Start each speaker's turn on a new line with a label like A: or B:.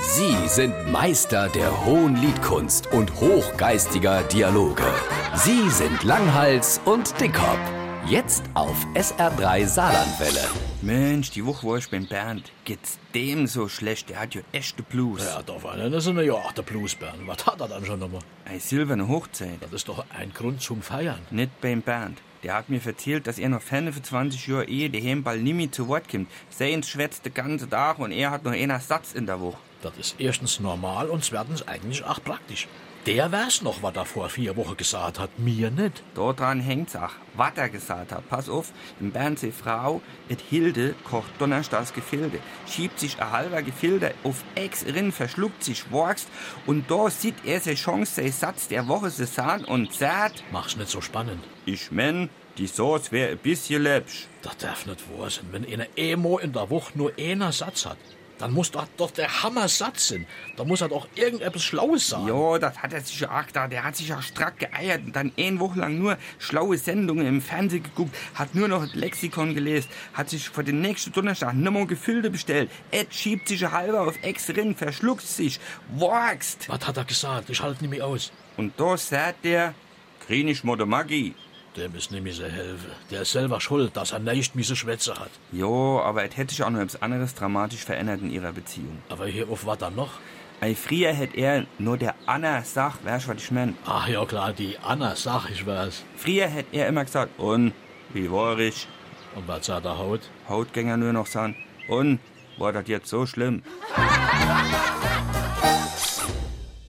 A: Sie sind Meister der hohen Liedkunst und hochgeistiger Dialoge. Sie sind Langhals und Dickhop. Jetzt auf SR3 Saarlandwelle.
B: Mensch, die Woche war ich beim Bernd. Geht's dem so schlecht? Der hat ja echte Blues.
C: Ja, da war einer, sind wir ja auch der Bluesbären. Was hat er dann schon nochmal?
B: Eine silberne Hochzeit.
C: Das ist doch ein Grund zum Feiern.
B: Nicht beim Bernd. Der hat mir erzählt, dass er noch ferne für 20 Jahre Ehe der Heimball nie zu Wort kommt. Seins schwätzt den ganzen Tag und er hat noch einen Satz in der Woche.
C: Das ist erstens normal und zweitens eigentlich auch praktisch. Der weiß noch, was er vor vier Wochen gesagt hat, mir nicht.
B: Daran hängt's auch, was er gesagt hat. Pass auf, im Bernsee Frau mit Hilde kocht Donnerstags Gefilde, schiebt sich ein halber Gefilde auf Ex rin, verschluckt sich, workst und da sieht er se Chance, se Satz der Woche se sagen und sagt,
C: Mach's nicht so spannend.
B: ich mein, die Sauce wär ein bisschen läppsch.
C: Das darf nicht wahr sein. Wenn einer Emo in der Woche nur einen Satz hat, dann muss das doch der Hammer-Satz sein. Da muss er doch irgendetwas Schlaues sagen.
B: Jo, das hat er sich ja auch da. Der hat sich ja strack geeiert und dann eine Woche lang nur schlaue Sendungen im Fernsehen geguckt, hat nur noch das Lexikon gelesen, hat sich für den nächsten Donnerstag nimmer Gefilde bestellt. Ed schiebt sich halber auf Ex rin, verschluckt sich, workst.
C: Was hat er gesagt? Ich halte nicht mehr aus.
B: Und da sagt der, Krinisch Modomagi.
C: Dem ist nicht mehr so helfen. Der ist selber schuld, dass er nicht miese Schwätze hat.
B: Jo, aber es hätte sich auch noch etwas anderes dramatisch verändert in ihrer Beziehung.
C: Aber hier auf was dann noch?
B: Ei, früher hätte er nur der Anna sagt, weißt du, was ich mein?
C: Ach ja, klar, die Anna, sag ich was.
B: Früher hätte er immer gesagt, und, wie war ich?
C: Und was sagt er heute?
B: Hautgänger nur noch sagen, und war das jetzt so schlimm?